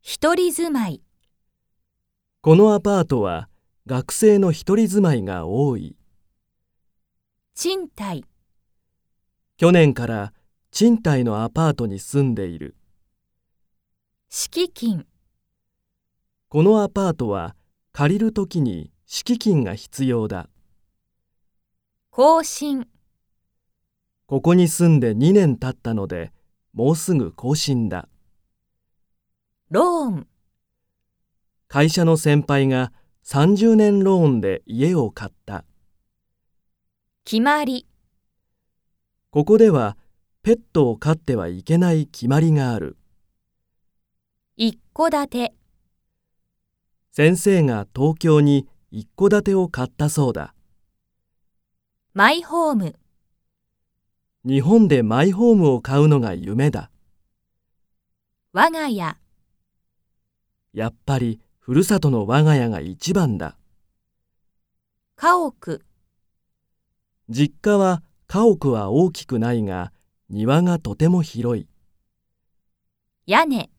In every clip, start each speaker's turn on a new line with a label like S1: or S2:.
S1: 一人住まい、
S2: このアパートは学生の一人住まいが多い。
S1: 賃貸、
S2: 去年から賃貸のアパートに住んでいる。
S1: 敷金、
S2: このアパートは借りるときに敷金が必要だ。
S1: 更新、
S2: ここに住んで2年経ったので、もうすぐ更新だ。
S1: ローン、
S2: 会社の先輩が30年ローンで家を買った。
S1: 決まり、
S2: ここではペットを飼ってはいけない決まりがある。
S1: 一戸建て、
S2: 先生が東京に一戸建てを買ったそうだ。
S1: マイホーム、
S2: 日本でマイホームを買うのが夢だ。
S1: 我が家、
S2: やっぱりふるさとの我が家が一番だ。
S1: 家屋、
S2: 実家は家屋は大きくないが庭がとても広い。
S1: 屋根、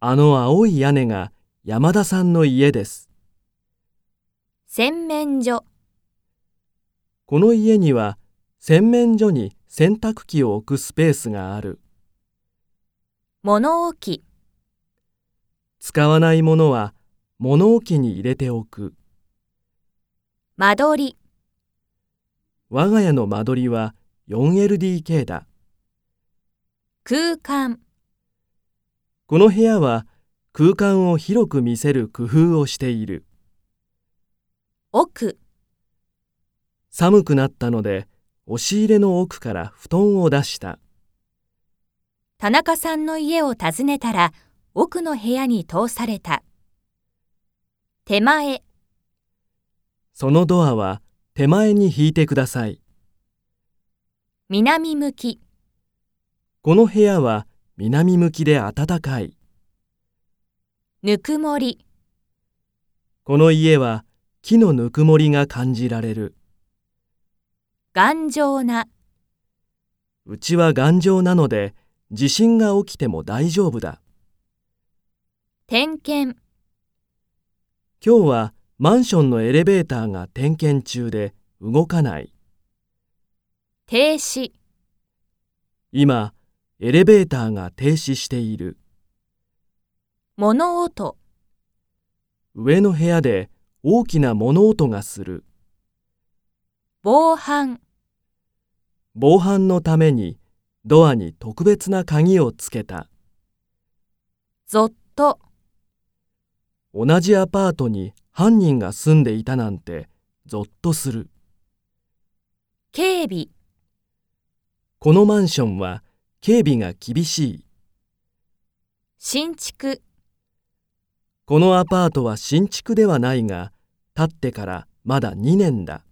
S2: あの青い屋根が山田さんの家です。
S1: 洗面所、
S2: この家には洗面所に洗濯機を置くスペースがある。
S1: 物置、
S2: 使わないものは物置に入れておく。
S1: 間取り、
S2: 我が家の間取りは 4LDK だ。
S1: 空間、
S2: この部屋は空間を広く見せる工夫をしている。
S1: 奥、
S2: 寒くなったので押し入れの奥から布団を出した。
S1: 田中さんの家を訪ねたら奥の部屋に通された。手前、
S2: そのドアは手前に引いてください。
S1: 南向き、
S2: この部屋は南向きで暖かい。
S1: ぬくもり、
S2: この家は木のぬくもりが感じられる。
S1: 頑丈な、
S2: うちは頑丈なので地震が起きても大丈夫だ。
S1: 点検、
S2: 今日はマンションのエレベーターが点検中で動かない。
S1: 停止、
S2: 今、エレベーターが停止している。
S1: 物音、
S2: 上の部屋で大きな物音がする。
S1: 防犯、
S2: 防犯のためにドアに特別な鍵をつけた。
S1: ゾッと、
S2: 同じアパートに犯人が住んでいたなんてゾッとする。
S1: 警備、
S2: このマンションは警備が厳しい。
S1: 新築、
S2: このアパートは新築ではないが、建ってからまだ2年だ。